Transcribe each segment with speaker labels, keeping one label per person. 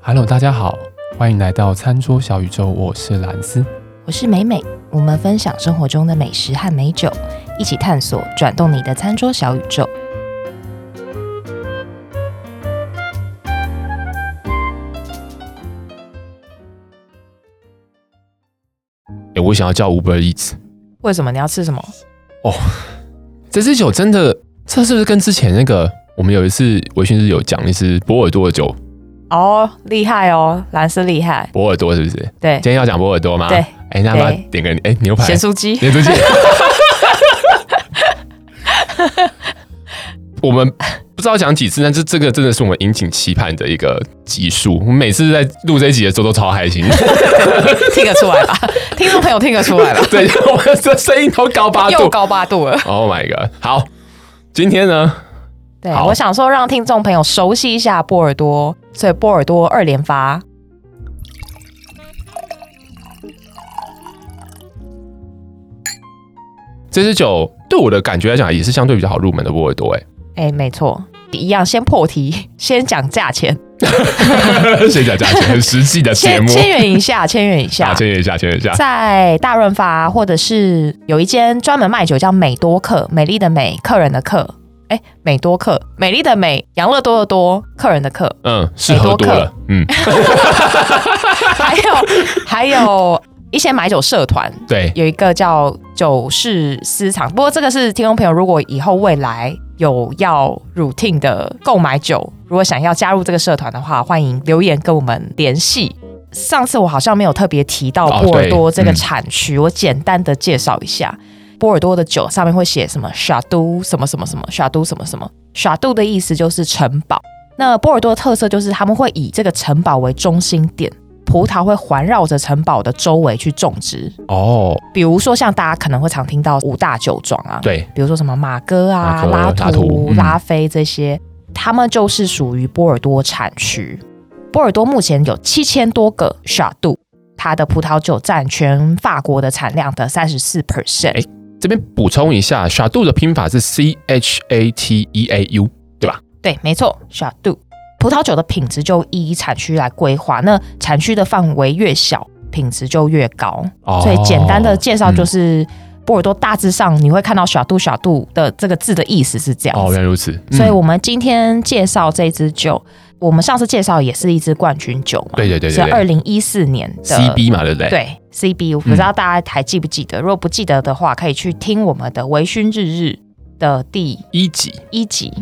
Speaker 1: Hello，大家好，欢迎来到餐桌小宇宙，我是蓝斯。
Speaker 2: 我是美美，我们分享生活中的美食和美酒，一起探索转动你的餐桌小宇宙。
Speaker 1: 哎、我想要叫 Uber Eats，
Speaker 2: 为什么你要吃什么？
Speaker 1: 这支酒真的，这是不是跟之前那个我们有一次微醺日有讲一支波尔多的酒？
Speaker 2: 哦，厉害哦，蓝斯厉害，
Speaker 1: 波尔多是不是？
Speaker 2: 对
Speaker 1: 今，天要讲波尔多吗？
Speaker 2: 对
Speaker 1: 哎、那要不要
Speaker 2: 对
Speaker 1: 点个哎、牛排
Speaker 2: 咸？酥鸡。
Speaker 1: 咸酥鸡。 我们不知道讲几次，但是这个真的是我们引颈期盼的一个集数。我们每次在录这一集的时候都超开心，
Speaker 2: 听得出来吧？ 听众朋友听得出来吧？
Speaker 1: 对，我们的声音都高八
Speaker 2: 又
Speaker 1: 度。
Speaker 2: 高八度了。
Speaker 1: Oh my god！好，今天呢，
Speaker 2: 对，
Speaker 1: 好
Speaker 2: 我想说让听众朋友熟悉一下波尔多，所以波尔多二连发。
Speaker 1: 这支酒对我的感觉来讲也是相对比较好入门的波尔多、欸，
Speaker 2: 哎，没错，一样先破题，先讲价钱，
Speaker 1: 哎，谁讲价钱？很实际的节
Speaker 2: 千
Speaker 1: 目，
Speaker 2: 千元以下，千元以下
Speaker 1: 啊，。签约一下，签约一下。，
Speaker 2: 在大润发或者是有一间专门卖酒叫美多客，美丽的美，客人的客，哎，美多客，美丽的美，养乐多的多，客人的客
Speaker 1: 嗯，是喝多了，嗯，
Speaker 2: 还有还有一些买酒社团。
Speaker 1: 对，
Speaker 2: 有一个叫酒市私藏，不过这个是听众朋友，如果以后未来有要 routine 的购买酒，如果想要加入这个社团的话，欢迎留言跟我们联系。上次我好像没有特别提到
Speaker 1: 哦
Speaker 2: 波尔多
Speaker 1: 对
Speaker 2: 这个
Speaker 1: 嗯
Speaker 2: 产区，我简单的介绍一下。波尔多的酒上面会写什么傻都什么什么什么傻都什么什么傻都的意思就是城堡。那波尔多的特色就是他们会以这个城堡为中心点，葡萄会环绕着城堡的周围去种植，
Speaker 1: 哦，
Speaker 2: 比如说像大家可能会常听到五大酒庄啊，，
Speaker 1: 对，
Speaker 2: 比如说什么马哥
Speaker 1: 马
Speaker 2: 啊、
Speaker 1: 哥
Speaker 2: 拉
Speaker 1: 拉图
Speaker 2: 图、
Speaker 1: 嗯
Speaker 2: 拉菲这些，他们就是属于波尔多产区。波尔多目前有七千多个 s h a d o 它的葡萄酒占全法国的产量的三十四 percent。
Speaker 1: 这边补充一下，shadow 的拼法是 C H A T E A U，
Speaker 2: 对，没错 s h a d o 葡萄酒的品质就依产区来规划，那产区的范围越小，品质就越高。
Speaker 1: 哦嗯
Speaker 2: 所以简单的介绍就是，波尔多大致上你会看到“小度小度”的这个字的意思是这
Speaker 1: 嗯哦，
Speaker 2: 样子。
Speaker 1: 原来如此。
Speaker 2: 所以
Speaker 1: 嗯
Speaker 2: 我们今天介绍这支酒，我们上次介绍也是一支冠军酒嘛，
Speaker 1: 对对对
Speaker 2: 是
Speaker 1: 对
Speaker 2: 二
Speaker 1: 对
Speaker 2: 零一四年的
Speaker 1: ，CB 嘛，对不对？
Speaker 2: 对
Speaker 1: 嗯
Speaker 2: CB，我不知道大家还记不记得？如果不记得的话，可以去听我们的微醺日日的第
Speaker 1: 一级
Speaker 2: 一集。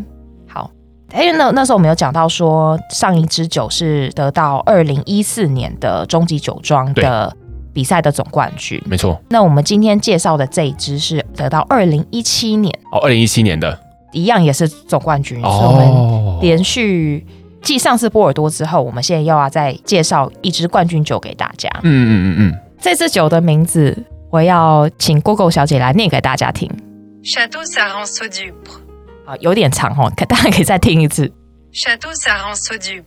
Speaker 2: 好，因为那那时候我们有讲到说，上一支酒是得到二零一四年的终极酒庄的比赛的总冠军。
Speaker 1: 没错，
Speaker 2: 那我们今天介绍的这一支是得到二零一七年，
Speaker 1: 哦，二零一七年的
Speaker 2: 一样也是总冠军，所以我们
Speaker 1: 哦，
Speaker 2: 连续。继上次波尔多之后，我们现在又要再介绍一支冠军酒给大家。
Speaker 1: 嗯嗯嗯嗯。
Speaker 2: 这支酒的名字，我要请 Google 小姐来念给大家听
Speaker 3: Château Saran-Saudupre.
Speaker 2: 啊，有点长哦， 可大家可以再听一次。
Speaker 3: Château Saran-Saudupre.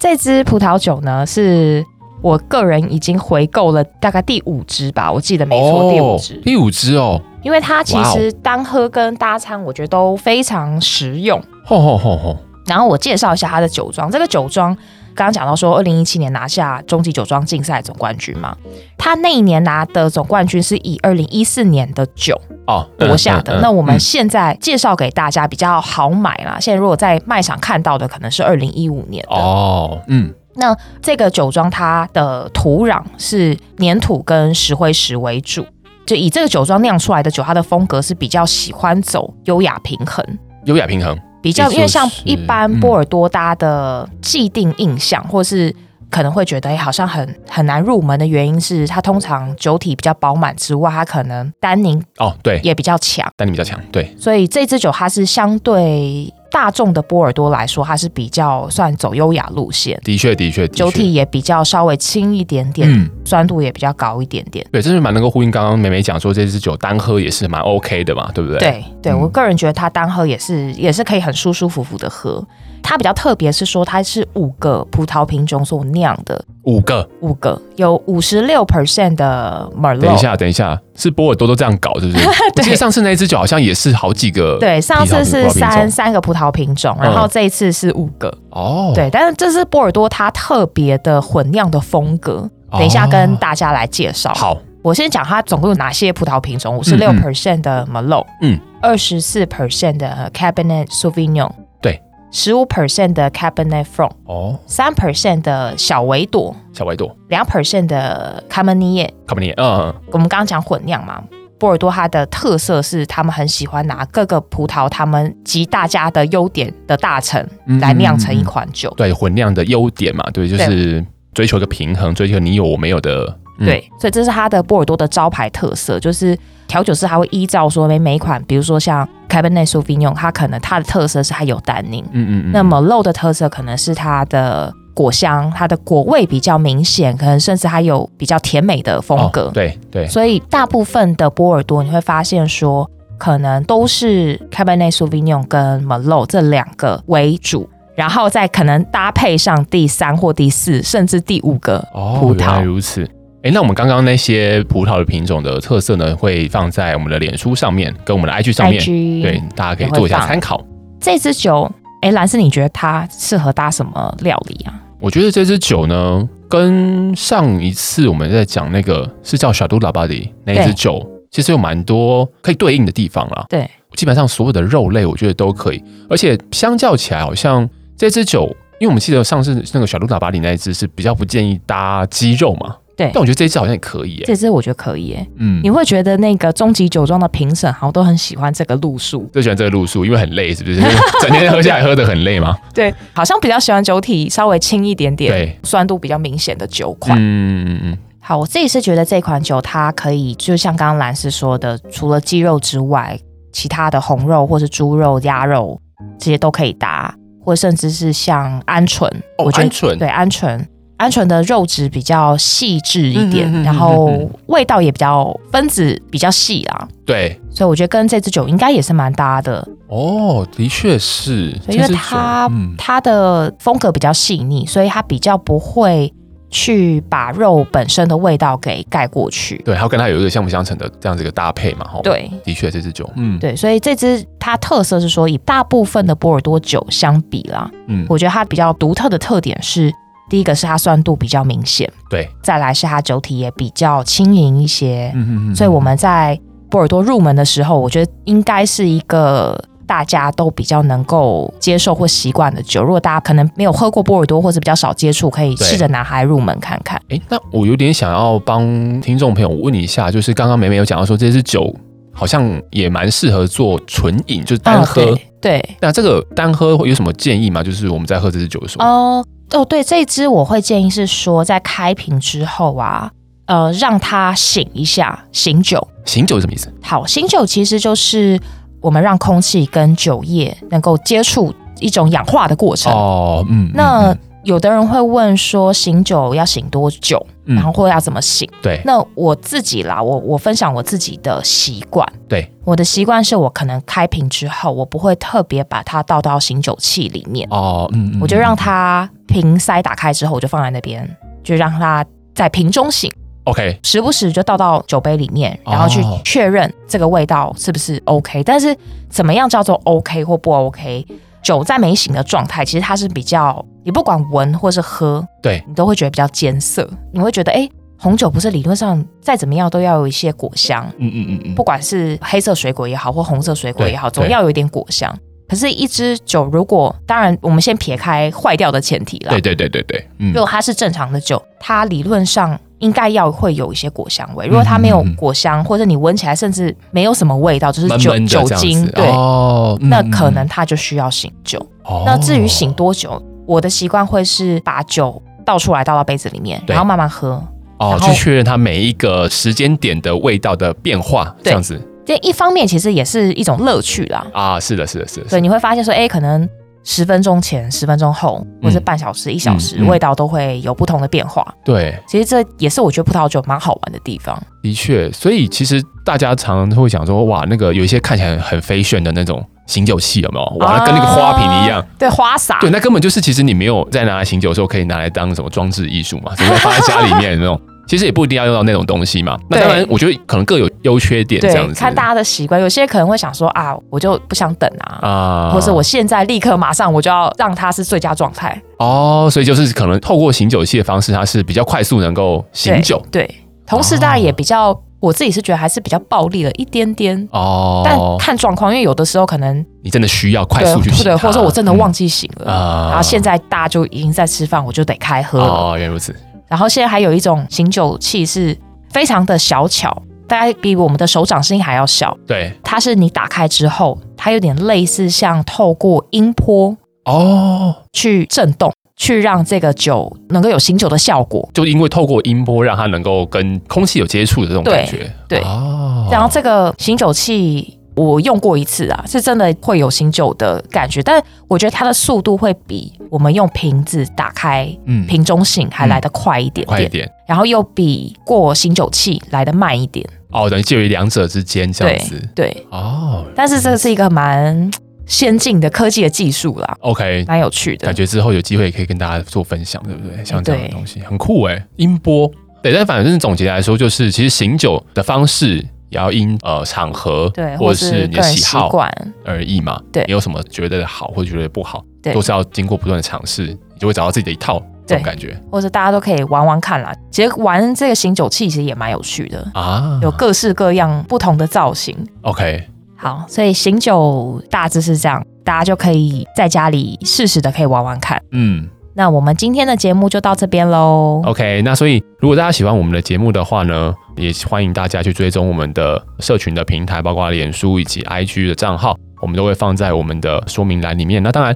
Speaker 2: 这支葡萄酒呢，是我个人已经回购了大概第五支吧，我记得没错，
Speaker 1: 哦
Speaker 2: 第五支，
Speaker 1: 第五支哦，
Speaker 2: 因为它其
Speaker 1: 哇哦
Speaker 2: 实单喝跟搭餐，我觉得都非常实用。
Speaker 1: 吼吼吼吼，
Speaker 2: 然后我介绍一下它的酒庄，这个酒庄刚刚讲到说，二零一七年拿下终极酒庄竞赛总冠军嘛，它那一年拿的总冠军是以二零一四年的酒
Speaker 1: 哦，嗯
Speaker 2: 夺下
Speaker 1: 嗯
Speaker 2: 的。
Speaker 1: 嗯
Speaker 2: 那我们
Speaker 1: 嗯
Speaker 2: 现在介绍给大家比较好买啦，现在如果在卖场看到的可能是二零一五年的。
Speaker 1: 哦，嗯，
Speaker 2: 那这个酒庄它的土壤是粘土跟石灰石为主，就以这个酒庄酿出来的酒，它的风格是比较喜欢走优雅平衡，
Speaker 1: 优雅平衡，
Speaker 2: 比
Speaker 1: 也
Speaker 2: 较
Speaker 1: 就是嗯
Speaker 2: 因为像一般波尔多搭的既定印象，或是可能会觉得、诶好像很很难入门的原因是，它通常酒体比较饱满之外，它可能单宁
Speaker 1: 哦，对，
Speaker 2: 也比较强，
Speaker 1: 但你比较强，对，
Speaker 2: 所以这支酒它是相对大众的波尔多来说，它是比较算走优雅路线。
Speaker 1: 的确的确，的确
Speaker 2: 酒体也比较稍微轻一点点，
Speaker 1: 嗯，
Speaker 2: 酸度也比较高一点点。
Speaker 1: 对，这是蛮能够呼应刚刚美美讲说这支酒单喝也是蛮 OK 的嘛，对不对？，
Speaker 2: 对对，
Speaker 1: 嗯
Speaker 2: 我个人觉得它单喝也是也是可以很舒舒服服的喝。它比较特别是说它是五个葡萄品种所酿的，
Speaker 1: 五个。
Speaker 2: 五个有五十六 percent 的 merlot。
Speaker 1: 等一下，等一下，是波尔多都这样 搞，是不是？我记得上次那一只酒好像也是好几个。
Speaker 2: 对，上次是三
Speaker 1: 三
Speaker 2: 三个葡萄品种，然后这一次是五个。
Speaker 1: 嗯哦，
Speaker 2: 对，但是这是波尔多它特别的混酿的风格，
Speaker 1: 哦
Speaker 2: 等一下跟大家来介绍。，
Speaker 1: 好，
Speaker 2: 我先讲它总共有哪些葡萄品种：五十六
Speaker 1: 嗯
Speaker 2: percent 的 Merlot，
Speaker 1: 嗯，
Speaker 2: 二十四 percent 的 Cabernet Sauvignon，
Speaker 1: 对，
Speaker 2: 十五 percent 的 Cabernet Franc，
Speaker 1: 哦，
Speaker 2: 三 percent 的小维朵，
Speaker 1: 小维朵，
Speaker 2: 两 percent 的卡门尼耶。
Speaker 1: 卡布尼，嗯，嗯
Speaker 2: 我们刚刚讲混酿嘛，波尔多它的特色是他们很喜欢拿各个葡萄他们集大家的优点的大成
Speaker 1: 嗯
Speaker 2: 来酿成一款酒。
Speaker 1: 对，混酿的优点嘛，对，就是追求一个平衡，追求你有我没有的。嗯，
Speaker 2: 对，所以这是它的波尔多的招牌特色，就是调酒师他会依照说每每一款，比如说像 Cabernet Sauvignon，它可能它的特色是它有单宁，
Speaker 1: 嗯嗯嗯。
Speaker 2: 那么 low 的特色可能是它的果香，它的果味比较明显，可能甚至还有比较甜美的风格。
Speaker 1: 哦、对对，
Speaker 2: 所以大部分的波尔多你会发现说，可能都是 Cabernet Sauvignon 跟 Merlot 这两个为主，然后再可能搭配上第三或第四，甚至第五个
Speaker 1: 哦，
Speaker 2: 葡
Speaker 1: 原来
Speaker 2: 萄。
Speaker 1: 如此。哎，那我们刚刚那些葡萄的品种的特色呢，会放在我们的脸书上面，跟我们的 IG 上面
Speaker 2: IG
Speaker 1: 对，大家可以做一
Speaker 2: 也会
Speaker 1: 下
Speaker 2: 放
Speaker 1: 参考。
Speaker 2: 这支酒，哎，蓝斯，你觉得它适合搭什么料理啊？
Speaker 1: 我觉得这支酒呢，跟上一次我们在讲那个是叫小杜喇叭的那一支
Speaker 2: 对
Speaker 1: 酒，其实有蛮多可以对应的地方啦。
Speaker 2: 对，
Speaker 1: 基本上所有的肉类我觉得都可以，而且相较起来，好像这支酒，因为我们记得上次那个小杜喇叭里那一支是比较不建议搭鸡肉嘛，
Speaker 2: 对
Speaker 1: 但我觉得这一支好像也可以耶、
Speaker 2: 这支我觉得可以耶。
Speaker 1: 嗯
Speaker 2: 你，会觉得那个终极酒庄的评审好像都很喜欢这个路数，
Speaker 1: 最喜欢这个路数，因为很累，是不 是？整天喝下来喝的很累嘛。
Speaker 2: 对，好像比较喜欢酒体稍微轻一点点
Speaker 1: 对、
Speaker 2: 酸度比较明显的酒款。
Speaker 1: 嗯嗯嗯，
Speaker 2: 好，我自己是觉得这款酒它可以，就像刚刚兰斯说的，除了鸡肉之外，其他的红肉或是猪肉、鸭肉这些都可以搭，或甚至是像鹌鹑，
Speaker 1: 哦
Speaker 2: 我觉得
Speaker 1: 鹌鹑
Speaker 2: 对鹌鹑。鹌鹑的肉质比较细致一点，
Speaker 1: 嗯嗯嗯嗯
Speaker 2: 然后味道也比较分子比较细啦，
Speaker 1: 对，
Speaker 2: 所以我觉得跟这支酒应该也是蛮搭的。
Speaker 1: 哦，的确是，
Speaker 2: 对因为
Speaker 1: 这支酒
Speaker 2: 它、
Speaker 1: 嗯
Speaker 2: 它的风格比较细腻，所以它比较不会去把肉本身的味道给盖过去。
Speaker 1: 对，还有跟它有一个相辅相成的这样子一个搭配嘛，哈。，
Speaker 2: 对，
Speaker 1: 的确这支酒，嗯，
Speaker 2: 对，所以这支它特色是说，以大部分的波尔多酒相比啦，
Speaker 1: 嗯，
Speaker 2: 我觉得它比较独特的特点是，第一个是它酸度比较明显，
Speaker 1: 对，
Speaker 2: 再来是它酒体也比较轻盈一些。
Speaker 1: 嗯嗯
Speaker 2: 所以我们在波尔多入门的时候，我觉得应该是一个。大家都比较能够接受或习惯的酒，如果大家可能没有喝过波尔多，或是比较少接触，可以
Speaker 1: 对
Speaker 2: 试着拿它入门看看。
Speaker 1: 哎，那我有点想要帮听众朋友问一下，就是刚刚美美有讲到说这支酒好像也蛮适合做纯饮，就是单
Speaker 2: 嗯
Speaker 1: 喝。
Speaker 2: 对对，
Speaker 1: 那这个单喝会有什么建议吗？就是我们在喝这支酒的时候，
Speaker 2: 哦哦，对，这一支我会建议是说，在开瓶之后啊，呃，让它醒一下，醒酒。
Speaker 1: 醒酒是什么意思？
Speaker 2: 好，醒酒其实就是我们让空气跟酒液能够接触一种氧化的过程。
Speaker 1: 哦，嗯，
Speaker 2: 那、
Speaker 1: 嗯
Speaker 2: 有的人会问说，醒酒要醒多久，
Speaker 1: 嗯
Speaker 2: 然后或要怎么醒？
Speaker 1: 对
Speaker 2: 那我自己啦，我我分享我自己的习惯。
Speaker 1: 对，
Speaker 2: 我的习惯是我可能开瓶之后，我不会特别把它倒到醒酒器里面。
Speaker 1: 哦，嗯，嗯
Speaker 2: 我就让它瓶塞打开之后，我就放在那边，就让它在瓶中醒，
Speaker 1: OK，
Speaker 2: 时不时就倒到酒杯里面，
Speaker 1: 哦
Speaker 2: 然后去确认这个味道是不是 OK。但是怎么样叫做 OK 或不 OK？酒在没醒的状态，其实它是比较，你不管闻或是喝，
Speaker 1: 对
Speaker 2: 你都会觉得比较艰涩，你会觉得哎。诶红酒不是理论上再怎么样都要有一些果香，
Speaker 1: 嗯嗯嗯嗯，
Speaker 2: 不管是黑色水果也好，或红色水果也
Speaker 1: 对
Speaker 2: 好，
Speaker 1: 对
Speaker 2: 总要有一点果香。可是，一支酒如果当然，我们先撇开坏掉的前提啦
Speaker 1: 对，对对对对，嗯
Speaker 2: 如果它是正常的酒，它理论上应该要会有一些果香味。如果它没有果香，或者你闻起来甚至没有什么味道，就是
Speaker 1: 闷
Speaker 2: 酒
Speaker 1: 闷的
Speaker 2: 酒
Speaker 1: 这样
Speaker 2: 精，
Speaker 1: 子
Speaker 2: 对，
Speaker 1: 哦，嗯哦
Speaker 2: 那可能它就需要醒酒。那至于醒，多久，我的习惯会是把酒倒出来倒到杯子里面，
Speaker 1: 对
Speaker 2: 然后慢慢喝。
Speaker 1: 哦
Speaker 2: 然
Speaker 1: 哦，去
Speaker 2: 后
Speaker 1: 确认它每一个时间点的味道的变化，这
Speaker 2: 对
Speaker 1: 样子
Speaker 2: 这一方面其实也是一种乐趣啦，
Speaker 1: 啊，是的，是的，是的，
Speaker 2: 所以你会发现说，哎、可能十分钟前、十分钟后，或是半小时、一小时，
Speaker 1: 嗯嗯嗯
Speaker 2: 味道都会有不同的变化。
Speaker 1: 对，
Speaker 2: 其实这也是我觉得葡萄酒蛮好玩的地方。
Speaker 1: 的确，所以其实大家常常会想说，哇，那个有一些看起来很 fashion 的那种醒酒器，有没有？哇，那跟那个花瓶一样。
Speaker 2: 啊，对，花洒，
Speaker 1: 对，那根本就是其实你没有在拿来醒酒的时候，可以拿来当什么装置艺术嘛，只是放在家里面那种。 其实也不一定要用到那种东西嘛。那当然，我觉得可能各有优缺点这样
Speaker 2: 对，
Speaker 1: 子。
Speaker 2: 看大家的习惯，有些可能会想说啊，我就不想等啊，
Speaker 1: 啊，
Speaker 2: 或是我现在立刻马上我就要让它是最佳状态，
Speaker 1: 哦，所以就是可能透过醒酒器的方式，它是比较快速能够醒酒
Speaker 2: 对，对，同时大家也比较，我自己是觉得还是比较暴力了一点点。
Speaker 1: 哦。
Speaker 2: 但看状况，因为有的时候可能
Speaker 1: 你真的需要快
Speaker 2: 对
Speaker 1: 速去醒
Speaker 2: 对，
Speaker 1: 它，
Speaker 2: 或者说我真的忘记醒了，
Speaker 1: 嗯啊
Speaker 2: 然后现在大家就已经在吃饭，我就得开喝
Speaker 1: 嗯
Speaker 2: 了。
Speaker 1: 哦，原来如此。
Speaker 2: 然后现在还有一种醒酒器是非常的小巧，大概比我们的手掌心还要小。
Speaker 1: 对，
Speaker 2: 它是你打开之后，它有点类似像透过音波
Speaker 1: 哦，
Speaker 2: 去震动，去让这个酒能够有醒酒的效果。
Speaker 1: 就因为透过音波让它能够跟空气有接触的这种
Speaker 2: 对
Speaker 1: 感觉，
Speaker 2: 对
Speaker 1: 哦，
Speaker 2: 然后这个醒酒器我用过一次啊，是真的会有醒酒的感觉，但我觉得它的速度会比我们用瓶子打开
Speaker 1: 嗯
Speaker 2: 瓶中醒还来得快一点
Speaker 1: 快一
Speaker 2: 点，
Speaker 1: 点
Speaker 2: 然后又比过醒酒器来得慢一点。
Speaker 1: 哦，等于介于两者之间这样
Speaker 2: 对
Speaker 1: 子，
Speaker 2: 对，
Speaker 1: 哦
Speaker 2: 但是这是一个蛮先进的科技的技术啦，
Speaker 1: ，OK，
Speaker 2: 蛮有趣的
Speaker 1: 感。觉之后有机会可以跟大家做分享，对不对？像这样的
Speaker 2: 嗯对
Speaker 1: 东西很酷哎、音波。对，但反正总结来说，就是其实醒酒的方式也要因呃场合
Speaker 2: 对，
Speaker 1: 或
Speaker 2: 或
Speaker 1: 者是
Speaker 2: 是
Speaker 1: 你
Speaker 2: 个
Speaker 1: 的
Speaker 2: 人
Speaker 1: 喜
Speaker 2: 习
Speaker 1: 好
Speaker 2: 惯，
Speaker 1: 而异嘛。
Speaker 2: 对
Speaker 1: 你有什么觉得好或觉得不好，
Speaker 2: 对
Speaker 1: 都是要经过不断的尝试，你就会找到自己的一套这种
Speaker 2: 对
Speaker 1: 感觉
Speaker 2: 或者大家都可以玩玩看啦。其实玩这个醒酒器其实也蛮有趣的，
Speaker 1: 啊。
Speaker 2: 有各式各样不同的造型。
Speaker 1: OK，
Speaker 2: 好，所以醒酒大致是这样，大家就可以在家里适时的可以玩玩看。
Speaker 1: 嗯。
Speaker 2: 那我们今天的节目就到这边喽。
Speaker 1: OK，那所以如果大家喜欢我们的节目的话呢，也欢迎大家去追踪我们的社群的平台，包括脸书以及 IG 的账号，我们都会放在我们的说明栏里面。那当然，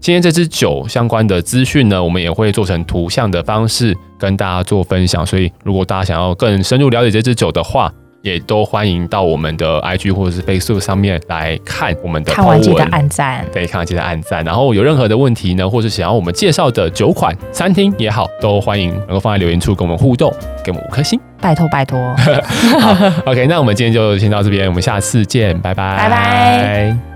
Speaker 1: 今天这支酒相关的资讯呢，我们也会做成图像的方式跟大家做分享。所以如果大家想要更深入了解这支酒的话，也都欢迎到我们的 IG 或者是 Facebook 上面来看我们的
Speaker 2: 看完
Speaker 1: po
Speaker 2: 记得
Speaker 1: 文
Speaker 2: 按赞，
Speaker 1: 对，看完记得按赞。然后有任何的问题呢，或是想要我们介绍的酒款、餐厅也好，都欢迎能够放在留言处跟我们互动，给我们五颗星。
Speaker 2: 拜托拜托。
Speaker 1: 好 OK，那我们今天就先到这边，我们下次见，拜拜，
Speaker 2: 拜拜。